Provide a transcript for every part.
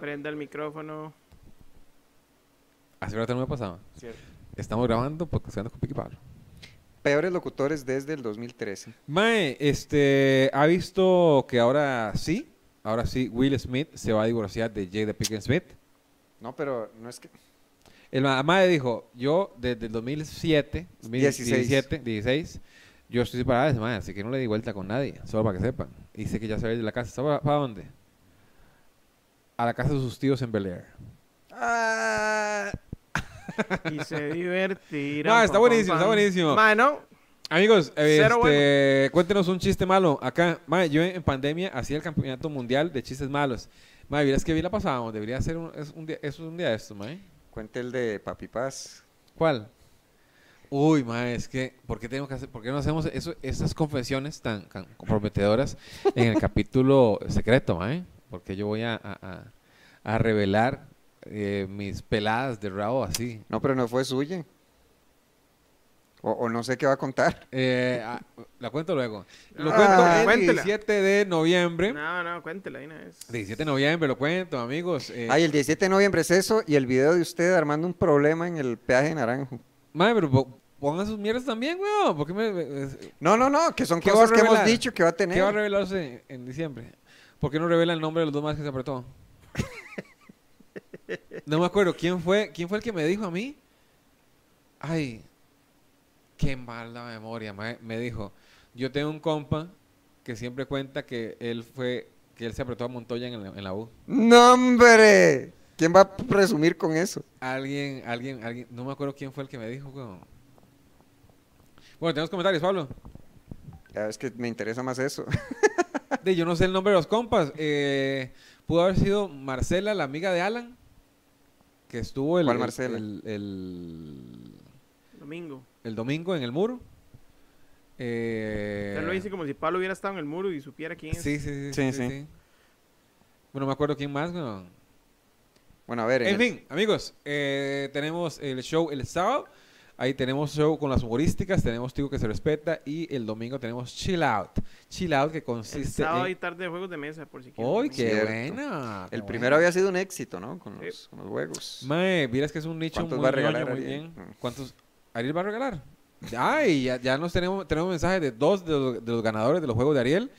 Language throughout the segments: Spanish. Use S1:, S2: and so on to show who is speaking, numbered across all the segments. S1: Prenda el micrófono.
S2: Hace rato no me pasaba.
S1: Cierto.
S2: Estamos grabando podcastando con Piqui Pablo.
S3: Peores locutores desde el 2013.
S2: Mae, este, ha visto que ahora sí, ahora sí, Will Smith se va a divorciar de Jada Pinkett Smith.
S3: No, pero no es que.
S2: El ma- mae dijo, yo desde el 2007, 2017, 16,
S3: 16.
S2: yo estoy separada de ese mae, así que no le di vuelta con nadie, solo para que sepan. Y sé que ya se va a ir de la casa. ¿Sabe para dónde? A la casa de sus tíos en Bel Air.
S1: Y se divertirá.
S2: Ma, está buenísimo, está buenísimo.
S1: Mano,
S2: Amigos, eh,
S1: Cero
S2: este, cuéntenos un chiste malo. Acá, mae, yo en en pandemia hacía el campeonato mundial de chistes malos. Mae, vieras que bien la pasábamos. Debería ser un, es un día, es un día de esto, mae.
S3: Cuente el de Papi Paz.
S2: ¿Cuál? Uy, mae, es que, ¿por qué tenemos que hacer, por qué no hacemos eso, esas confesiones tan, tan comprometedoras en el capítulo secreto, mae? Porque yo voy a, a- a- a revelar eh, mis peladas de rabo así.
S3: No, pero no fue suya. O, o no sé qué va a contar.
S2: Eh, ah, la cuento luego. Lo
S1: Ah,
S2: cuento el
S1: cuéntela. Ah,
S2: 17 de noviembre.
S1: no, no, cuéntela de una vez.
S2: 17 de noviembre, lo cuento, amigos. Eh,
S3: Ay, el 17 de noviembre es eso y el video de usted armando un problema en el peaje de Naranjo.
S2: Madre, pero po- pongan sus mierdas también, weón. ¿Por qué me- me- es-
S3: No, no, no, que son
S2: ¿Qué va a
S3: cosas que hemos
S2: revelar?
S3: dicho que va a tener.
S2: ¿Qué va a revelarse en diciembre? ¿Por qué no revela el nombre de los dos más que se apretó? No me acuerdo. ¿Quién fue, ¿Quién fue el que me dijo a mí? Ay, qué mala memoria, mae. Me dijo, yo tengo un compa que siempre cuenta que él fue, que él se apretó a Montoya en la, en la U.
S3: ¡No, hombre! ¿Quién va a presumir con eso?
S2: Alguien, alguien, alguien, no me acuerdo quién fue el que me dijo, weón. Bueno, tenemos comentarios, Pablo.
S3: Ya es que me interesa más eso.
S2: De, yo no sé el nombre de los compas. eh, pudo haber sido Marcela, la amiga de Alan, que estuvo el,
S3: ¿Cuál
S2: el-
S3: Marcela?
S2: el- el-
S1: Domingo.
S2: el domingo en el muro. Eh,
S1: Usted lo dice como si Pablo hubiera estado en el muro y supiera quién es.
S2: sí, sí, sí, sí, sí,
S3: Sí, sí.
S2: sí. Bueno, me acuerdo quién más. weón.
S3: Bueno, a ver.
S2: En
S3: en-
S2: fin, amigos, eh, tenemos el show el sábado. Ahí tenemos show con las humorísticas, tenemos Tigo que se respeta y el domingo tenemos Chill Out. Chill Out que
S1: El
S2: consiste
S1: sábado y
S2: en...
S1: tarde de juegos de mesa, por si quieren.
S2: ¡Uy,
S1: también.
S2: qué
S3: Cierto.
S2: buena!
S3: El
S2: qué
S3: primero
S2: buena!
S3: había sido un éxito, ¿no? Con
S1: Sí.
S3: los, con los juegos.
S2: Mae, vieras que es un nicho muy
S3: ¿Cuántos va a
S2: ñoño,
S3: regalar
S2: muy
S3: Ariel?
S2: bien.
S3: Mm.
S2: ¿Cuántos? ¿Ariel va a regalar? Ay, ya, ya nos tenemos, tenemos mensajes de dos de los, de los ganadores de los juegos de Ariel.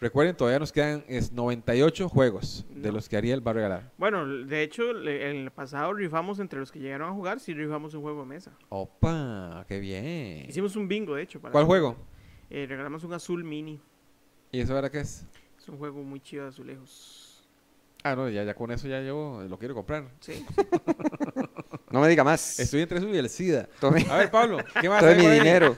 S2: Recuerden, todavía nos quedan es 98 juegos de
S1: No.
S2: los que Ariel va a regalar.
S1: Bueno, de hecho, le- en el pasado rifamos entre los que llegaron a jugar, sí rifamos un juego de mesa.
S2: Opa, qué bien.
S1: Hicimos un bingo, de hecho. Para
S2: ¿Cuál juego?
S1: Eh, regalamos un azul mini.
S2: ¿Y eso ahora qué es?
S1: Es un juego muy chido de azulejos.
S2: Ah, no, ya, ya con eso ya yo lo quiero comprar.
S1: Sí.
S3: No me diga más.
S2: Estoy entre eso y el SIDA.
S3: Tome,
S2: A ver, Pablo, ¿qué más?
S3: tome
S2: hay
S3: mi
S2: por ahí?
S3: dinero.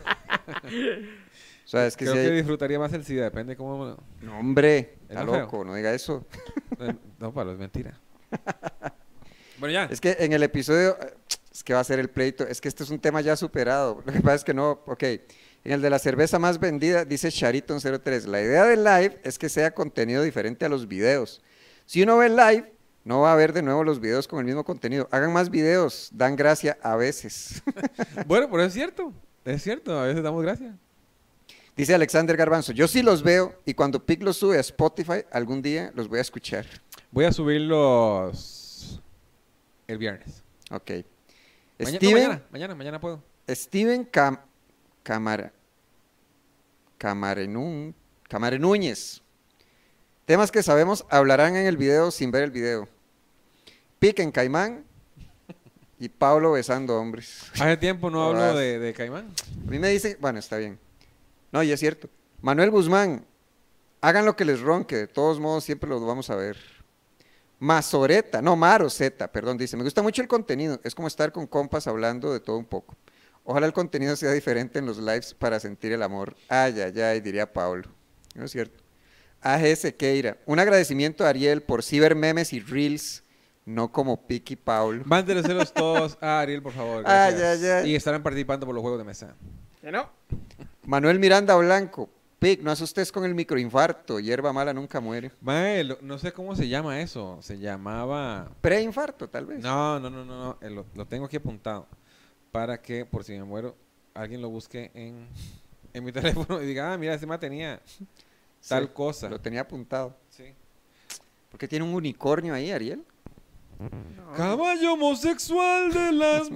S3: o sea, es que
S2: Creo
S3: si
S2: que
S3: hay...
S2: disfrutaría más el SIDA, depende cómo...
S3: No, hombre,
S2: ¿Era
S3: está
S2: feo?
S3: loco, no diga eso.
S2: No, Pablo, es mentira. Bueno, ya.
S3: Es que en el episodio, eh, es que va a ser el pleito, es que este es un tema ya superado. Lo que pasa es que no, ok. En el de la cerveza más vendida, dice Chariton03, la idea del live es que sea contenido diferente a los videos. Si uno ve el live, no va a ver de nuevo los videos con el mismo contenido. Hagan más videos, dan gracia a veces.
S2: Bueno, pero es cierto. Es cierto, a veces damos gracias.
S3: dice Alexander Garbanzo, yo sí los veo y cuando Pic los sube a Spotify, algún día los voy a escuchar.
S2: Voy a subirlos el viernes.
S3: Ok.
S2: Maña- no,
S3: Steven-
S2: mañana, mañana, mañana puedo.
S3: Steven Cam Camara Camarenún- Camare Núñez. Temas que sabemos hablarán en el video sin ver el video. Pique en Caimán y Pablo besando hombres.
S2: Hace tiempo no
S3: Ahora
S2: hablo de, de Caimán.
S3: A mí me dicen, bueno, está bien. No, y es cierto. Manuel Guzmán, hagan lo que les ronque, de todos modos siempre los vamos a ver. Mazoreta, no, Maroseta, perdón, dice, me gusta mucho el contenido, es como estar con compas hablando de todo un poco. Ojalá el contenido sea diferente en los lives para sentir el amor. Ay, ay, ay, diría Pablo. No es cierto. AG Sequeira, un agradecimiento a Ariel por cibermemes y reels, no como Piki Pablo.
S2: Mándenselos todos a Ariel, por favor.
S3: Ay,
S2: gracias.
S3: ay, ay.
S2: Y estarán participando por los juegos de mesa.
S1: ¿Ya no?
S3: Manuel Miranda Blanco, Pic, no asustes con el microinfarto, hierba mala nunca muere.
S2: Mae, lo- no sé cómo se llama eso. Se llamaba...
S3: Preinfarto, tal vez.
S2: No, no, no, no. no, eh, Lo, lo tengo aquí apuntado. Para que, por si me muero, alguien lo busque en, en mi teléfono y diga, ah, mira, ese mae tenía
S3: Sí,
S2: tal cosa.
S3: Lo tenía apuntado.
S2: Sí.
S3: Porque tiene un unicornio ahí, Ariel.
S1: No,
S2: Ah. Caballo homosexual de las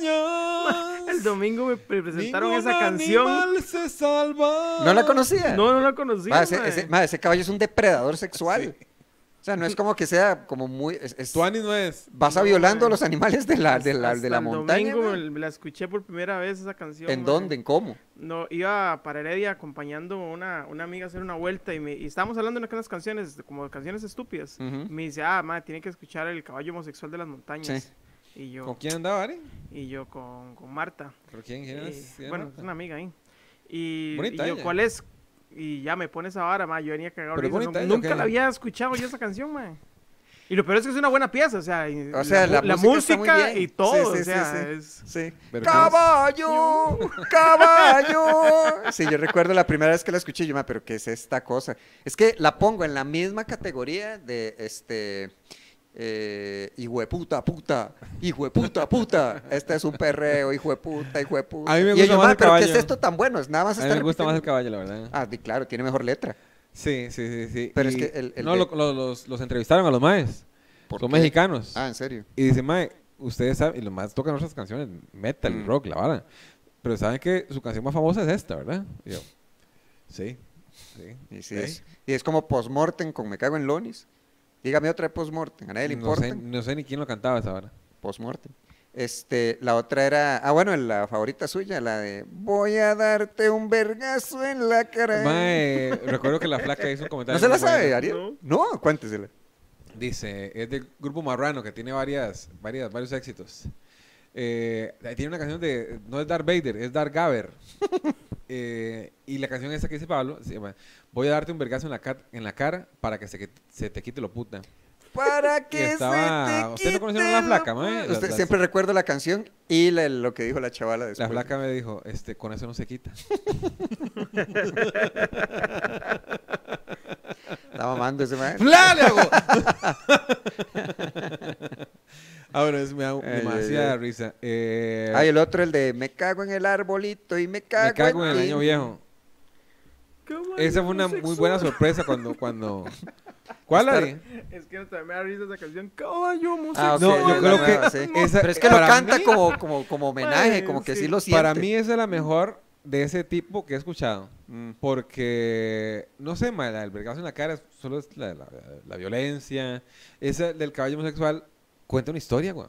S2: montañas.
S1: El domingo me pre- presentaron
S2: Ningún
S1: esa canción.
S2: animal se salva.
S3: ¿No la conocía?
S1: No, no la conocí.
S3: Ma, ese,
S1: mae.
S3: ese- ma, ese caballo es un depredador sexual. O sea, no es como que sea como muy... es- es-
S2: Tuanis no es.
S3: vas a
S1: No,
S3: violando
S1: mae.
S3: a los animales de la, de la,
S1: Hasta
S3: de la
S1: el
S3: montaña.
S1: domingo
S3: ma.
S1: me- la escuché por primera vez esa canción.
S3: ¿En
S1: mae.
S3: dónde? ¿En cómo?
S1: No, iba para Heredia acompañando a una, una amiga a hacer una vuelta y, me, y estábamos hablando de unas canciones, como de canciones estúpidas.
S3: Ujú.
S1: Me dice, ah, madre, tiene que escuchar El caballo homosexual de las montañas. Y yo,
S2: ¿Con quién andaba, Ari?
S1: y yo con, con Marta.
S2: ¿Con quién? quién
S1: Eh,
S2: es? ¿Quién
S1: bueno,
S2: era?
S1: es una amiga ahí. Y,
S2: Bonita
S1: y yo,
S2: ella.
S1: ¿cuál es? Y ya me pone esa vara, ma. Yo venía cagado. de
S2: Pero
S1: risa,
S2: bonita
S1: nu-
S2: ella, ¿o
S1: nunca
S2: qué?
S1: la había escuchado yo esa canción, ma. Y lo peor es que es una buena pieza, o sea, y-
S3: O sea, la música está muy bien.
S1: y todo,
S3: Sí, sí,
S1: o sea,
S3: sí, sí.
S1: es-
S3: Sí.
S2: Pero
S3: ¡Caballo! ¡Caballo! Sí, yo recuerdo la primera vez que la escuché, yo, ma, pero ¿qué es esta cosa? Es que la pongo en la misma categoría de este. Eh, hijo de puta, puta, hijo de puta, puta. Este es un perreo, hijo de puta, hijo de puta.
S2: A mí me
S3: Y
S2: gusta
S3: yo,
S2: más
S3: ma,
S2: el
S3: pero ¿qué es
S2: caballo.
S3: esto tan bueno? Es nada más
S2: A mí
S3: estar
S2: me gusta más el
S3: repitiendo.
S2: caballo, la verdad.
S3: Ah, di- claro, tiene mejor letra.
S2: Sí, sí, sí, sí.
S3: Pero es
S2: Y-
S3: que el- el
S2: no,
S3: de-
S2: lo- lo- los, los entrevistaron a los maes.
S3: ¿Por
S2: Son
S3: qué?
S2: mexicanos.
S3: Ah, en serio.
S2: Y dice, mae, ustedes saben, y los más tocan otras canciones, metal,
S3: Mm.
S2: rock, la vara. Pero saben que su canción más famosa es esta, ¿verdad? Y yo, sí, sí.
S3: Y, sí
S2: ok".
S3: es, y es como postmortem con Me Cago en Lonis. Dígame otra de postmortem, a nadie le
S2: no,
S3: importa.
S2: sé, no sé ni quién lo cantaba esa vara.
S3: Postmortem. Este, la otra era, ah, bueno, la favorita suya, la de Voy a darte un vergazo en la cara.
S2: Mae, recuerdo que la flaca hizo un comentario.
S3: ¿No se la
S2: muy bueno.
S3: sabe, Ariel? No, cuéntesela.
S2: Dice, es del grupo Marrano, que tiene varias, varias, varios éxitos. Eh, tiene una canción de, no es Darth Vader, es Darth Gaber. Eh, y la canción esa que dice Pablo, se llama, voy a darte un vergazo en la, ca- en la cara para que se, que- se te quite lo puta.
S3: Para
S2: Y
S3: que se
S2: estaba-
S3: te
S2: ¿Usted no conocieron a
S3: quite
S2: la flaca,
S3: lo-
S2: mae? La-
S3: Usted-
S2: la-
S3: siempre recuerdo la canción y la- lo que dijo la chavala después.
S2: La flaca me dijo, este, con eso no se quita.
S3: Estaba mamando ese mae.
S2: ¡Fla! le hago! ah, bueno, es, me da
S3: Ay, ay,
S2: demasiada
S3: ay.
S2: risa. Eh,
S3: Hay el otro, el de Me cago en el arbolito y me cago,
S2: me cago en el
S3: ti".
S2: año viejo.
S1: Caballo
S2: Esa fue una muy buena
S1: homosexual.
S2: sorpresa cuando... cuando... ¿Cuál,
S3: Está-
S2: Ari?
S1: Es que también me da risa esa canción. Caballo homosexual.
S3: Ah, ok,
S2: No,
S3: ya la
S2: yo creo
S3: nueva,
S2: que
S3: sí.
S2: esa-
S3: Pero es que lo
S2: para
S3: canta
S2: mí-
S3: como, como, como homenaje,
S1: Mae,
S3: como que sí,
S1: sí.
S3: lo siente.
S2: Para mí esa es la mejor de ese tipo que he escuchado.
S3: Mm.
S2: Porque, no sé, ma, la del vergazo en la cara es- solo es la, la- la violencia. Esa del caballo homosexual cuenta una historia, güey.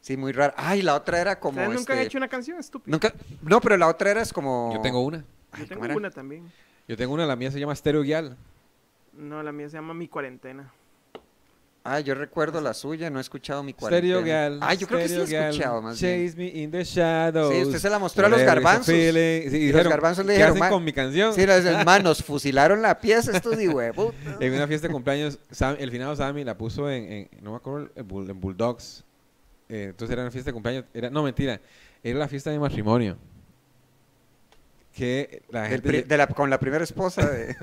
S3: Sí, muy raro. Ay, la otra era como.
S1: ¿Ustedes nunca han
S3: este,
S1: hecho una canción estúpida?
S3: Nunca, no, pero la otra era es como.
S2: Yo tengo una.
S3: Ay,
S1: Yo tengo
S3: ¿cómo era?
S1: una también.
S2: Yo tengo una, la mía se llama Stereo Guial.
S1: No, la mía se llama Mi Cuarentena.
S3: Ah, yo recuerdo la suya, no he escuchado mi cuarentena.
S2: Stereo Gal.
S3: Ah, yo creo que sí he
S2: Stereo Gal,
S3: escuchado más
S2: Chase
S3: bien.
S2: me in the shadows.
S3: Sí, usted se la mostró a los
S2: Whatever is the
S3: garbanzos.
S2: feeling. Sí,
S3: los
S2: dijeron,
S3: garbanzos le
S2: "¿Qué
S3: dijeron,
S2: hacen
S3: "Ma-
S2: con mi canción?
S3: Sí, las hermanos fusilaron la pieza estos y huevo.
S2: En una fiesta de cumpleaños, Sam- el finado Sammy la puso en, en- no me acuerdo, en, Bull- en Bulldogs. Eh, entonces era una fiesta de cumpleaños. Era, no, mentira. Era la fiesta de matrimonio. Que la
S3: Del
S2: gente...
S3: pri- de la- con la primera esposa de.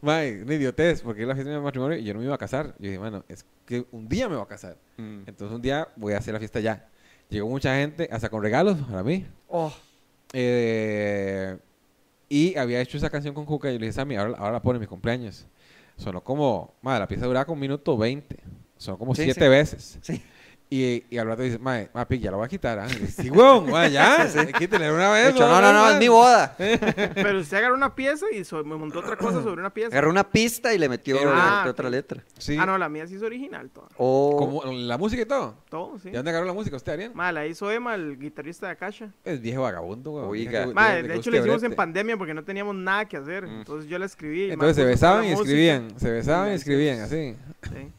S2: Mae, una idiotez, porque era la fiesta de matrimonio y yo no me iba a casar. Yo dije, mano, es que un día me voy a casar.
S3: mm.
S2: Entonces un día voy a hacer la fiesta ya. Llegó mucha gente, hasta con regalos para mí.
S3: Oh,
S2: Eh, y había hecho esa canción con Cuca y yo le dije, Sammy, ahora, ahora la pone en mis cumpleaños. Sonó como, madre, la pieza duraba como un minuto 20. Sonó como
S3: Sí,
S2: siete
S3: sí.
S2: veces.
S3: sí.
S2: Y, y al rato dice, madre, papi, ya la voy a quitar. ¿ah?" Y le dice, sí, weón, madre, ya, quítale una
S3: De
S2: vez.
S3: hecho, no,
S2: weón,
S3: no, no,
S2: weón".
S3: es mi boda.
S1: Pero usted agarró una pieza y so- me montó otra cosa sobre una pieza.
S3: Agarró una pista y le metió
S1: Ah,
S3: este,
S1: ok.
S3: otra letra.
S2: Sí,
S1: Ah, no, la mía sí es original. Toda.
S3: Oh,
S2: como la música y todo.
S1: Todo, sí.
S2: ¿De dónde agarró la música usted, Arián?
S1: Ma, la hizo Emma, el guitarrista de Akasha.
S2: Es viejo vagabundo, weón.
S3: Oiga.
S2: Deja que-
S1: Ma,
S2: deja que
S1: de hecho,
S2: busque
S1: la hicimos en
S2: brete.
S1: pandemia porque no teníamos nada que hacer.
S3: Mm.
S1: Entonces yo la escribí. y, ma,
S2: Entonces se
S1: puso toda la
S2: besaban y
S1: música.
S2: escribían. Se besaban y
S1: la
S2: escribían,
S1: hicimos.
S2: así.
S1: Sí.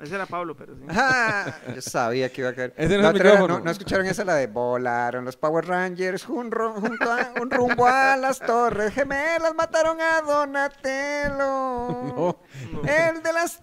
S1: Ese era Pablo, pero sí.
S3: Ah, yo sabía que iba a caer.
S2: Ese no es
S3: La
S2: el
S3: otra era-
S2: micrófono.
S3: no, ¿no escucharon esa, la de volaron los Power Rangers un, ru- junto a- un rumbo a las torres gemelas, mataron a Donatello.
S2: No.
S1: No.
S2: Eh,
S3: El de las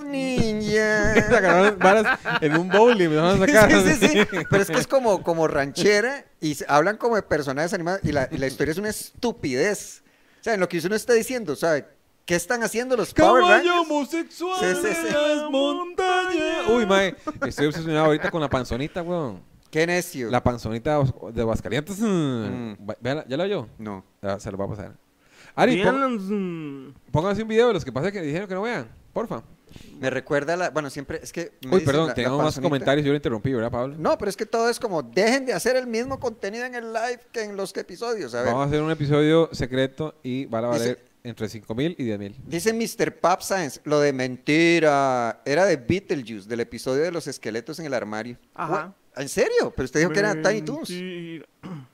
S3: ninja.
S2: Sacaron varas en un bowling, me van a
S3: Sí,
S2: sacar.
S3: sí, sí, pero es que es como, como ranchera y se- hablan como de personajes animados y la, y la historia es una estupidez. O sea, en lo que uno está diciendo, ¿sabe? ¿Qué están haciendo los Power
S2: Caballo
S3: Rangers?
S2: homosexual
S3: Sí, sí, sí.
S2: en las montañas. Uy, mae, estoy obsesionado ahorita con la panzonita, weón.
S3: ¿Qué necio?
S2: La panzonita de Aguascalientes.
S3: Mm.
S2: Véala, ¿Ya la oyó?
S3: No.
S2: Ah, Se lo va a pasar. Ari, pon-
S1: Bien,
S2: pónganse un video de los que pasa que dijeron que no vean, porfa.
S3: Me recuerda la. Bueno, siempre es que. me
S2: Uy,
S3: dicen
S2: perdón,
S3: la-
S2: tengo
S3: la
S2: más
S3: panzonita.
S2: comentarios, yo lo interrumpí, ¿verdad, Pablo?
S3: No, pero es que todo es como, dejen de hacer el mismo contenido en el live que en los que episodios. A ver,
S2: Vamos a hacer un episodio secreto y van a valer
S3: Dice-
S2: entre 5.000 y 10.000.
S3: dice Mr. Pop Science, lo de mentira, era de Beetlejuice, del episodio de los esqueletos en el armario.
S1: Ajá.
S3: Ua- ¿En serio? Pero usted dijo que eran Tiny Toons.
S1: Mentira.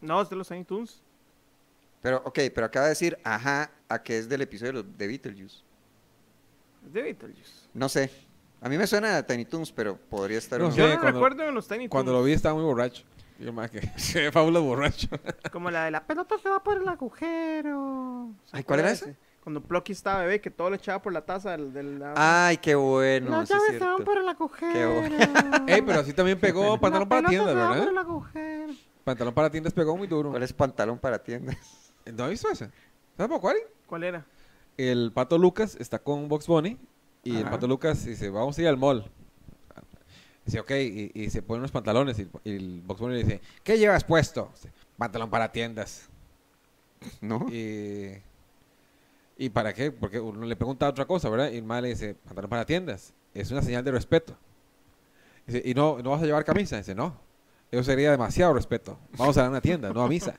S1: No, es de los Tiny Toons.
S3: Pero, ok, pero acaba de decir, ajá, a que es del episodio de los- de Beetlejuice.
S1: Es de Beetlejuice.
S3: No sé. A mí me suena a Tiny Toons, pero podría estar...
S2: No
S3: uno.
S2: sé.
S1: Yo no
S2: cuando-
S1: recuerdo en los Tiny Toons.
S2: Cuando lo vi estaba muy borracho. Yo más que que Pablo borracho.
S1: Como la de la pelota se va por el agujero. ¿Se
S3: Ay, ¿cuál era
S1: acuerda de ese? Cuando Plucky estaba bebé, que todo le echaba por la taza del, del- la-
S3: Ay, qué bueno.
S1: Las
S3: sí es
S1: llaves se van
S3: cierto.
S1: por el agujero.
S3: Qué Eh, bueno.
S2: Ey, pero así también pegó
S1: La
S2: pantalón para
S1: pelota
S2: tiendas,
S1: se va por el
S2: ¿verdad?
S1: agujero.
S2: Pantalón para tiendas pegó muy duro.
S3: ¿Cuál es pantalón para tiendas?
S2: ¿No has visto ese? ¿Sabes por cuál?
S1: ¿Cuál era?
S2: El Pato Lucas está con Box Bunny y el
S3: Ajá.
S2: Pato Lucas dice, vamos a ir al mall. Dice, ok, y, y se pone unos pantalones y, el- y el Box Bunny le dice, ¿qué llevas puesto? Dice, Pantalón para tiendas.
S3: No.
S2: Y, ¿Y para qué? Porque uno le pregunta otra cosa, ¿verdad? Y el madre le dice, pantalón para tiendas. Es una señal de respeto. Dice, ¿y no, no vas a llevar camisa? Dice, no. Eso sería demasiado respeto. Vamos a una tienda, no a misa.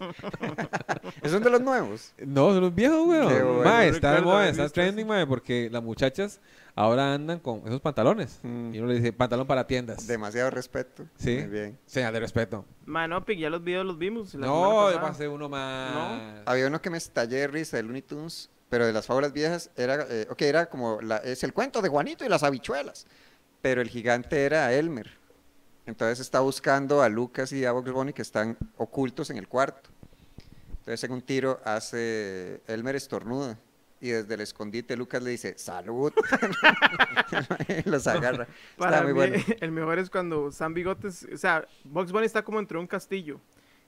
S3: ¿Es uno de los nuevos?
S2: No, son los viejos,
S3: Qué
S2: weón.
S3: bueno.
S2: Mae,
S1: No
S2: está de
S1: recuerdo
S2: moda,
S1: haber visto
S2: está
S1: eso.
S2: trending, mae, porque las muchachas ahora andan con esos pantalones.
S3: Mm.
S2: Y uno le dice, pantalón para tiendas.
S3: Demasiado respeto.
S2: Sí.
S3: Muy bien.
S2: Señal de respeto.
S1: Manopic, ya los videos los vimos. la
S2: No,
S1: semana
S2: va a
S1: pasada.
S2: ser uno más.
S3: Había uno que me estallé de risa de Looney Tunes, pero de las fábulas viejas, era, eh, ok, era como, la- es el cuento de Juanito y las habichuelas, pero el gigante era Elmer. Entonces está buscando a Lucas y a Bugs Bunny que están ocultos en el cuarto. Entonces en un tiro hace, Elmer estornuda y desde el escondite Lucas le dice, salud, Y los agarra.
S1: Para
S3: está muy
S1: mí,
S3: bueno.
S1: el mejor es cuando San Bigotes, o sea, Box Bunny está como entre un castillo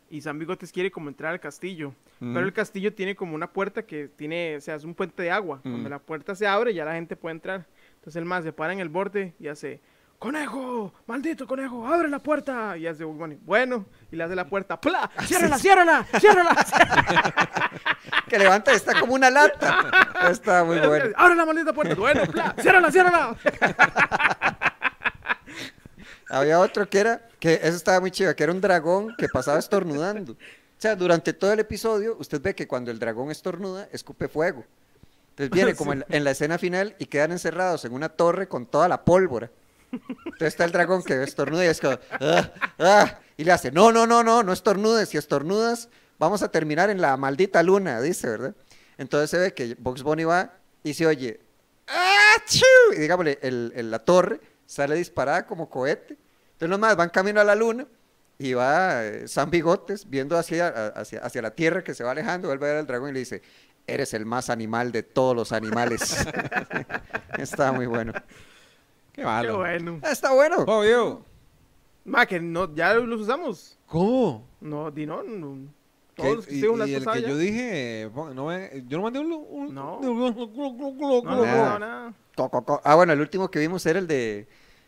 S1: y San Bigotes quiere como entrar al castillo, pero el castillo tiene como una puerta que tiene, o sea, es un puente de agua. Cuando
S3: Mm.
S1: la puerta se abre, ya la gente puede entrar. Entonces el más se para en el borde y hace, conejo, maldito conejo, abre la puerta. Y hace Bugs Bunny, bueno, y le hace la puerta, ¡pla! ¡Ciérrala, ciérrala, ciérrala!
S3: Que levanta, está como una lata. Está muy bueno.
S1: ¡Abre la maldita puerta! ¡Bueno, pla! ¡Ciérrala, ciérrala!
S3: Había otro que era, que eso estaba muy chido, que era un dragón que pasaba estornudando. O sea, durante todo el episodio, usted ve que cuando el dragón estornuda, escupe fuego. Entonces viene como en, la- en la escena final y quedan encerrados en una torre con toda la pólvora. Entonces está el dragón que estornuda y es como, "Ah, ah", y le hace, no, no, no, no, no estornudes, si estornudas, vamos a terminar en la maldita luna, dice, ¿verdad? Entonces se ve que Box Bunny va y se oye, ¡Achú! ¡Ah, Y digámosle, el, el- la torre sale disparada como cohete. Entonces los más van camino a la luna y va eh, San Bigotes viendo hacia, a- hacia, hacia la tierra que se va alejando, vuelve a ver al dragón y le dice, eres el más animal de todos los animales. Está muy bueno.
S2: Qué malo.
S1: ¡Qué bueno!
S3: Está bueno.
S2: Oh, yo.
S1: Ma, que no, ya los usamos.
S2: ¿Cómo?
S1: No, di no, no.
S2: Que-
S1: Todos los que
S2: y,
S1: estuvieron la
S2: y el
S1: pasada
S2: que
S1: ya.
S2: yo dije, pon- no, me- yo no mandé un... un-
S1: No. No, no,
S2: un-
S1: no,
S3: nada.
S1: nada.
S3: Co, co, co. Ah, bueno, el último que vimos era el de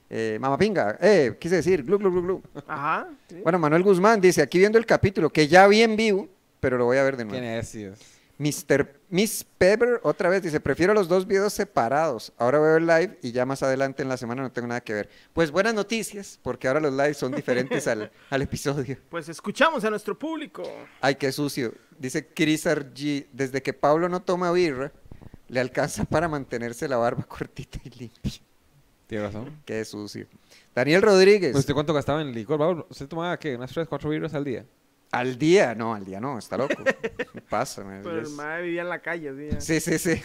S3: eh, Mamapinga. Eh, quise decir, glu, glu, glu, glu.
S1: Ajá. sí.
S3: Bueno, Manuel Guzmán dice, aquí viendo el capítulo, que ya vi en vivo, pero lo voy a ver de
S2: Qué
S3: nuevo.
S2: necios.
S3: Mister, Miss Pepper otra vez dice, prefiero los dos videos separados. Ahora veo el live y ya más adelante en la semana no tengo nada que ver. Pues buenas noticias, porque ahora los lives son diferentes al, al episodio.
S1: Pues escuchamos a nuestro público.
S3: Ay, qué sucio. Dice Chris RG, desde que Pablo no toma birra, le alcanza para mantenerse la barba cortita y limpia.
S2: Tienes razón.
S3: Qué sucio. Daniel Rodríguez.
S2: ¿Usted cuánto gastaba en licor? Pablo? ¿Usted tomaba, qué, unas 3, 4 birras al día?
S3: Al día, no, al día no, está loco. Pásame.
S1: Pero el madre vivía en la calle, así ¿eh? ya.
S3: Sí, sí, sí.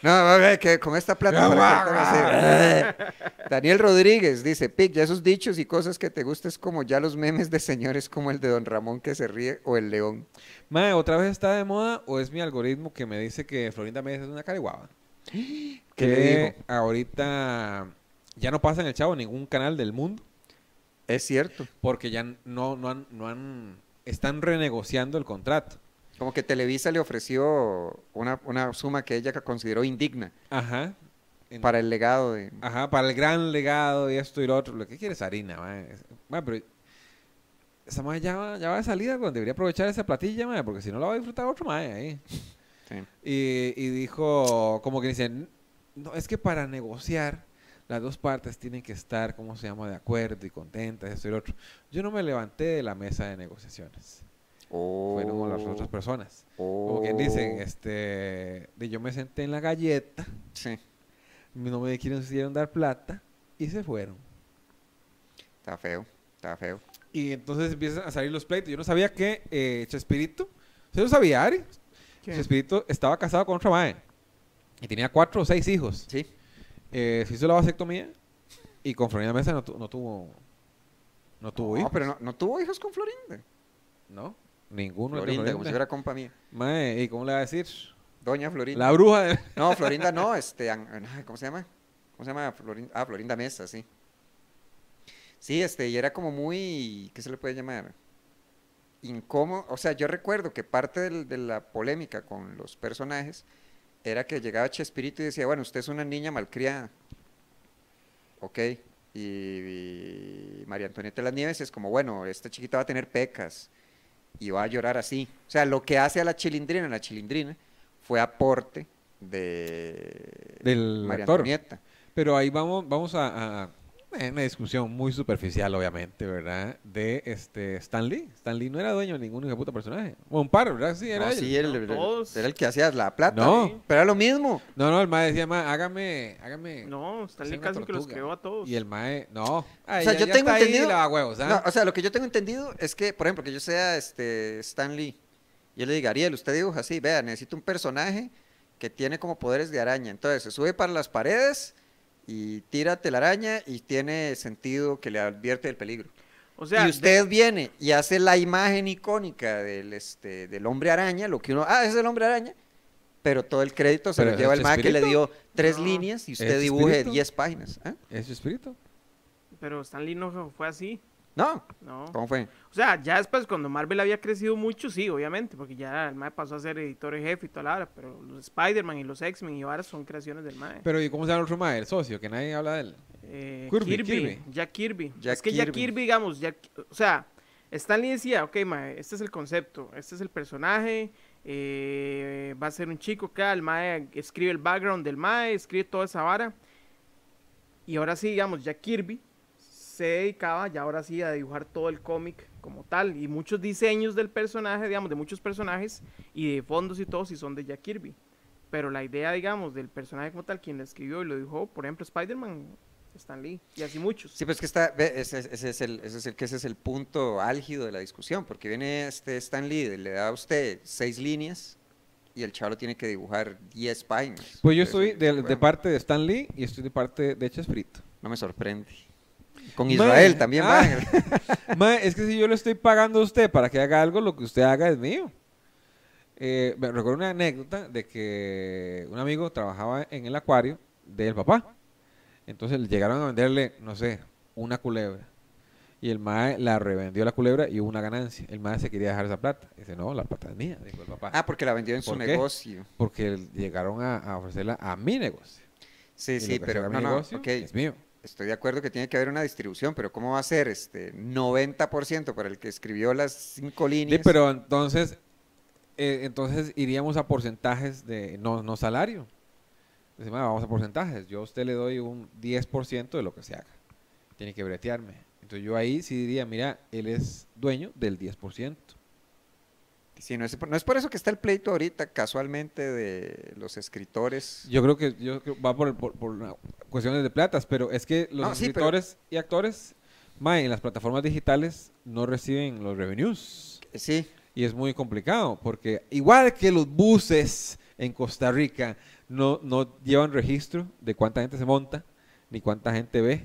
S3: No, a ver, que con esta plata. para qué te vas a ir. Daniel Rodríguez dice: Pic, ya esos dichos y cosas que te gustan es como ya los memes de señores como el de Don Ramón que se ríe o el león.
S2: Mae, ¿otra vez está de moda o es mi algoritmo que me dice que Florinda Méndez es una cariguaba?
S3: ¿Qué le dijo?
S2: ahorita ya no pasa en el chavo en ningún canal del mundo
S3: Es cierto.
S2: porque ya no, no, han, no han... Están renegociando el contrato.
S3: Como que Televisa le ofreció una, una suma que ella consideró indigna
S2: Ajá. En-
S3: para el legado de.
S2: Ah, Ajá, para el gran legado y esto y lo otro. Lo que quieres harina, mae. Mae, pero esa madre ya va, ya va de salida, weón, debería aprovechar esa platilla, madre, porque si no la va a disfrutar otro madre ahí.
S3: Sí.
S2: Y, y dijo, como que dicen, no, es que para negociar las dos partes tienen que estar, ¿cómo se llama?, de acuerdo y contentas, esto y lo otro. Yo no me levanté de la mesa de negociaciones.
S3: Oh,
S2: Fueron con las otras personas. Como quien dicen, este, de yo me senté en la galleta,
S3: Sí,
S2: no me quisieron dar plata y se fueron.
S3: está feo, está feo.
S2: Y entonces empiezan a salir los pleitos. Yo no sabía que eh, Chespirito, o sea, yo sabía, Ari,
S1: ¿Qué?
S2: Chespirito estaba casado con otra madre y tenía cuatro o seis hijos.
S3: Sí.
S2: Eh, se hizo la vasectomía y con Florinda Mesa no, tu- no tuvo no tuvo
S3: No,
S2: hijos,
S3: pero no, no tuvo hijos con Florinda.
S2: ¿no? Ninguno de
S3: Florinda, como
S2: Florinda.
S3: si fuera compa mía.
S2: Mae, ¿y cómo le va a decir?
S3: Doña Florinda.
S2: La bruja de...
S3: No, Florinda no, este, an- ay, ¿cómo se llama? ¿Cómo se llama? Florin- ah, Florinda Mesa, sí. Sí, este, y era como muy, ¿qué se le puede llamar? Incómodo, o sea, yo recuerdo que parte del- de la polémica con los personajes era que llegaba Chespirito y decía, bueno, usted es una niña malcriada, ok, y, y María Antonieta de las Nieves es como, bueno, esta chiquita va a tener pecas y va a llorar así. O sea, lo que hace a la chilindrina, la chilindrina, fue aporte de
S2: Del
S3: María
S2: actor.
S3: Antonieta.
S2: Pero ahí vamos, vamos a, a- eh, una discusión muy superficial, obviamente, ¿verdad? De este Stan Lee. Stan Lee no era dueño de ningún hijo de puta personaje. Bueno, un par, ¿verdad? Sí, era
S3: No,
S2: él.
S3: sí, el-
S1: No,
S3: el-
S1: todos.
S3: era el que hacía la plata.
S2: No.
S3: Pero era lo mismo.
S2: No, no, el mae decía, mae, hágame, hágame.
S1: No, Stanley
S2: hacer una
S1: casi que los
S2: tortuga".
S1: creó a todos.
S2: Y el mae, no. Ay,
S3: o sea,
S2: ya-
S3: yo
S2: ya
S3: tengo
S2: está ahí,
S3: entendido.
S2: lava huevos, ¿ah?
S3: No, o sea, lo que yo tengo entendido es que, por ejemplo, que yo sea este Stan Lee. Yo le digo, Ariel, usted dibuja así, vea, necesito un personaje que tiene como poderes de araña. Entonces, se sube para las paredes y tira telaraña y tiene sentido que le advierte del peligro.
S1: O sea,
S3: y usted viene y hace la imagen icónica del, este, del hombre araña, lo que uno, ah, ese es el hombre araña, pero todo el crédito se
S2: Pero
S3: lo
S2: es
S3: lleva el mae que le
S2: Chespirito.
S3: dio tres
S1: No.
S3: líneas y usted
S2: ¿Es
S3: dibuje
S2: Chespirito?
S3: 10 páginas. ¿Ah?
S2: Es su espíritu.
S1: de- pero Stanley no fue así.
S3: No,
S1: No.
S3: ¿cómo fue?
S1: O sea, ya después cuando Marvel había crecido mucho, sí, obviamente, porque ya el Mae pasó a ser editor en jefe y toda la hora, pero los Spider-Man y los X-Men y ahora son creaciones del Mae.
S2: Pero, ¿y cómo se llama el otro mae? El socio, que nadie habla de él.
S1: Eh,
S2: Kirby,
S1: Kirby,
S2: Kirby.
S1: Jack Kirby.
S3: Jack
S1: es que Jack
S3: Kirby.
S1: Kirby, digamos, Jack, o sea, Stanley decía, ok, mae, este es el concepto, este es el personaje, eh, va a ser un chico acá, el mae escribe el background del mae, escribe toda esa vara. Y ahora sí, digamos, Jack Kirby se dedicaba ya ahora sí a dibujar todo el cómic como tal y muchos diseños del personaje, digamos, de muchos personajes y de fondos y todo sí son de Jack Kirby. Pero la idea, digamos, del personaje como tal, quien lo escribió y lo dibujó, por ejemplo, Spider-Man, Stan Lee y así muchos.
S3: Sí, pero es que está, ve, ese, ese es el, ese es el que ese es el punto álgido de la discusión, porque viene este Stan Lee, le da a usted seis líneas y el chavo tiene que dibujar 10 páginas.
S2: Pues yo
S3: Entonces,
S2: estoy de, de
S3: bueno,
S2: parte de Stan Lee y estoy de parte de Chespirito.
S3: No me sorprende. Con
S2: Mae.
S3: Israel también
S2: Ah.
S3: van.
S2: Mae, es que si yo le estoy pagando a usted para que haga algo, lo que usted haga es mío. Eh, me recuerdo una anécdota de que un amigo trabajaba en el acuario del papá. Entonces le llegaron a venderle, no sé, una culebra. Y el mae la revendió la culebra y hubo una ganancia. El mae se quería dejar esa plata. Dice, no, la plata es mía, dijo el papá.
S3: Ah, porque la vendió en su
S2: ¿Por qué?
S3: negocio.
S2: Porque llegaron a, a ofrecerla a mi negocio.
S3: Sí,
S2: Y
S3: sí,
S2: lo que se haga
S3: pero
S2: a mi
S3: no, no,
S2: negocio
S3: ok.
S2: es mío.
S3: Estoy de acuerdo que tiene que haber una distribución, pero ¿cómo va a ser este 90% para el que escribió las cinco
S2: Sí,
S3: líneas?
S2: pero entonces, eh, entonces iríamos a porcentajes de no, no salario. Dice, "Ma, vamos a porcentajes. Yo a usted le doy un 10% de lo que se haga. Tiene que bretearme. Entonces yo ahí sí diría, mira, él es dueño del 10%.
S3: Sí, no, es, por- no es por eso que está el pleito ahorita, casualmente, de los escritores.
S2: Yo creo que yo creo- va por, el- por- por la- cuestiones de platas, pero es que los
S3: No, sí, pero-
S2: escritores y actores, ma, en las plataformas digitales no reciben los revenues.
S3: Sí,
S2: Y es muy complicado, porque igual que los buses en Costa Rica no, no llevan registro de cuánta gente se monta, ni cuánta gente ve.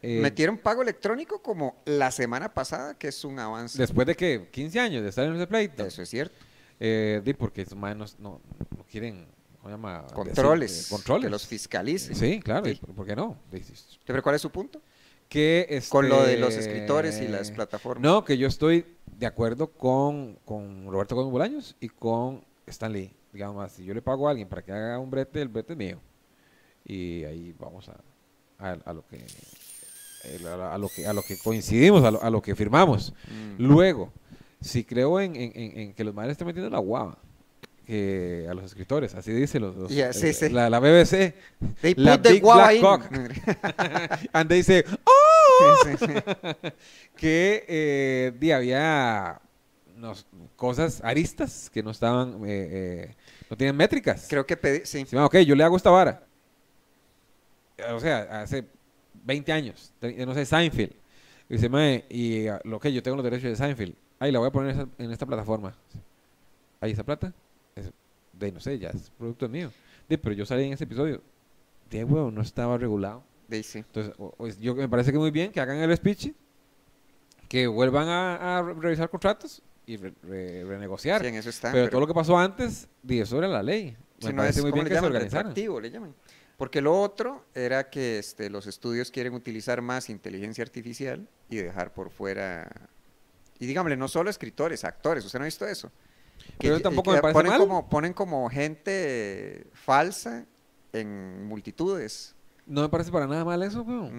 S2: Eh,
S3: metieron pago electrónico como la semana pasada, que es un avance.
S2: Después de que 15 años de estar en ese pleito,
S3: Eso es cierto.
S2: eh, di, porque estos manos no, no quieren ¿cómo se llama? Decir,
S3: Controles.
S2: eh, controles.
S3: Que los fiscalicen.
S2: Sí, claro, y
S3: Sí.
S2: ¿por por qué no? Dices,
S3: ¿Pero cuál es su punto?
S2: Que,
S3: Con lo de los
S2: este,
S3: escritores y las plataformas.
S2: No, que yo estoy de acuerdo con, con Roberto Gómez Bolaños y con Stan Lee. Digamos, más, si yo le pago a alguien para que haga un brete, el brete es mío. Y ahí vamos a, a, a lo que el- a, a lo que, a lo que coincidimos, a lo, a lo que firmamos.
S3: Mm.
S2: Luego, si creo en, en- en- en que los madres están metiendo la guava que a los escritores, así dice los, los-
S3: Yeah, sí,
S2: el-
S3: sí.
S2: La, la BBC,
S3: They
S2: La
S3: put the
S2: Big
S3: guava
S2: Black
S3: in.
S2: Cock. and they say, "Oh", que eh, di, había nos- cosas aristas que no estaban, eh, eh, no tenían métricas.
S3: Creo que pedí, sí.
S2: Sí, ma, ok, yo le hago esta vara. O sea, hace 20 años, tre- eh, no sé, Seinfeld. Y dice, mae, y ah, lo que yo tengo los derechos de Seinfeld. Ahí la voy a poner en, esa- en esta plataforma. Ahí esa plata. Es, de no sé, ya es producto mío. De, pero yo salí en ese episodio. De huevo, no estaba regulado.
S3: They sí.
S2: Entonces, o- o es- yo me parece que muy bien que hagan el speech, que vuelvan a, a re- revisar contratos y re- re- renegociar.
S3: Sí, en eso está.
S2: pero, todo lo que pasó antes, di, eso era la ley. Me
S3: Sí, no
S2: parece
S3: es-
S2: muy
S3: ¿cómo
S2: bien
S3: le
S2: que se
S3: llaman?
S2: organizaran.
S3: Retroactivo, le llaman. Porque lo otro era que este, los estudios quieren utilizar más inteligencia artificial y dejar por fuera. Y dígame, no solo escritores, actores, usted no ha visto eso.
S2: Pero
S3: y-
S2: tampoco
S3: y
S2: me
S3: que
S2: parece
S3: ponen
S2: mal.
S3: Como, ponen como gente falsa en multitudes.
S2: No me parece para nada mal eso, weón.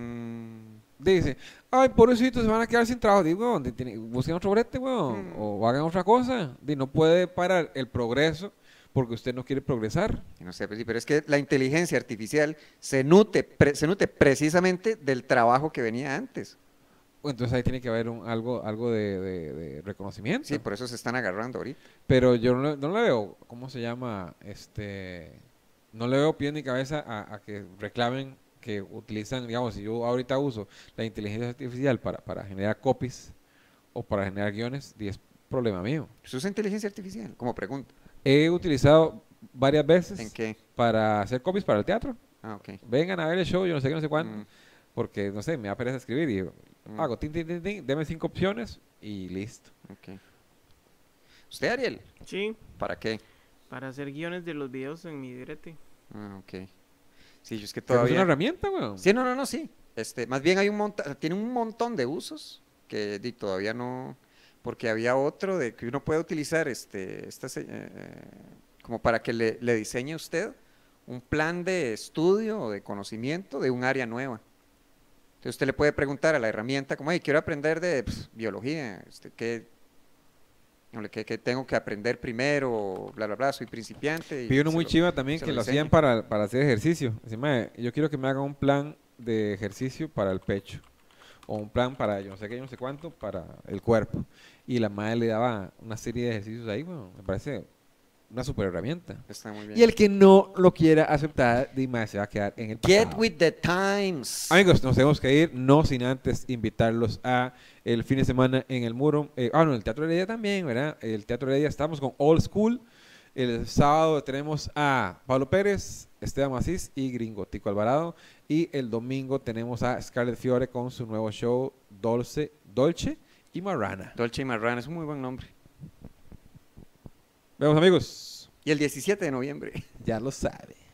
S3: Mm,
S2: Dice, ay, pobrecitos, se van a quedar sin trabajo. Digo, weón, di- tiene- busquen otro brete, weón,
S3: Mm.
S2: o hagan otra cosa. Di, no puede parar el progreso porque usted no quiere progresar.
S3: y no sé, pues sí, pero es que la inteligencia artificial se nutre, pre- se nutre precisamente del trabajo que venía antes.
S2: Entonces ahí tiene que haber un- algo, algo de, de- de reconocimiento.
S3: Sí, por eso se están agarrando ahorita.
S2: Pero yo no, le- no le veo, ¿cómo se llama? Este, no le veo pie ni cabeza a, a que reclamen que utilizan, digamos, si yo ahorita uso la inteligencia artificial para, para generar copies o para generar guiones, y es problema mío.
S3: Eso es Pues inteligencia artificial, como pregunta.
S2: He utilizado varias veces
S3: ¿En qué?
S2: para hacer copies para el teatro.
S3: Ah, ok.
S2: Vengan a ver el show, yo no sé qué, no sé cuándo,
S3: Mm,
S2: porque, no sé, me da pereza escribir y
S3: Mm.
S2: hago, tin, tin, tin, tin, deme cinco opciones y listo.
S3: ok. ¿Usted, Ariel?
S1: Sí,
S3: ¿Para qué?
S1: para hacer guiones de los videos en mi direte.
S3: Ah, ok. Sí, yo es que
S2: Pero Es una
S3: todavía...
S2: herramienta, weón.
S3: Sí, no, no, no, sí. Este, más bien hay un montón, tiene un montón de usos que di, todavía no... Porque había otro de que uno puede utilizar este, esta se- eh, eh, como para que le, le diseñe a usted un plan de estudio o de conocimiento de un área nueva. Entonces usted le puede preguntar a la herramienta como, hey, quiero aprender de pues, biología, este, ¿qué, híjole, qué- qué tengo que aprender primero? Bla, bla, bla, soy principiante. y
S2: Vi uno
S3: se
S2: muy
S3: lo-
S2: chiva también
S3: se
S2: que
S3: lo
S2: lo hacían
S3: diseña.
S2: para, para hacer ejercicio. Dice, "Mae, yo quiero que me haga un plan de ejercicio para el pecho. O un plan para yo no sé qué, yo no sé cuánto, para el cuerpo. Y la madre le daba una serie de ejercicios ahí, bueno, me parece una super herramienta.
S3: Está muy bien.
S2: Y el que no lo quiera aceptar, di, "Mae, se va a quedar en el
S3: Get
S2: pasado".
S3: with the times.
S2: Amigos, nos tenemos que ir, no sin antes invitarlos a el fin de semana en el Muro. Eh, ah, no, el Teatro Heredia también, ¿verdad? El Teatro Heredia estamos con Old School. El sábado tenemos a Pablo Pérez, Esteban Macís y Gringotico Alvarado. Y el domingo tenemos a Scarlett Fiore con su nuevo show Dolce, Dolce y Marrana.
S3: Dolce y Marrana es un muy buen nombre.
S2: Vemos amigos,
S3: Y el 17 de noviembre.
S2: ya lo sabe.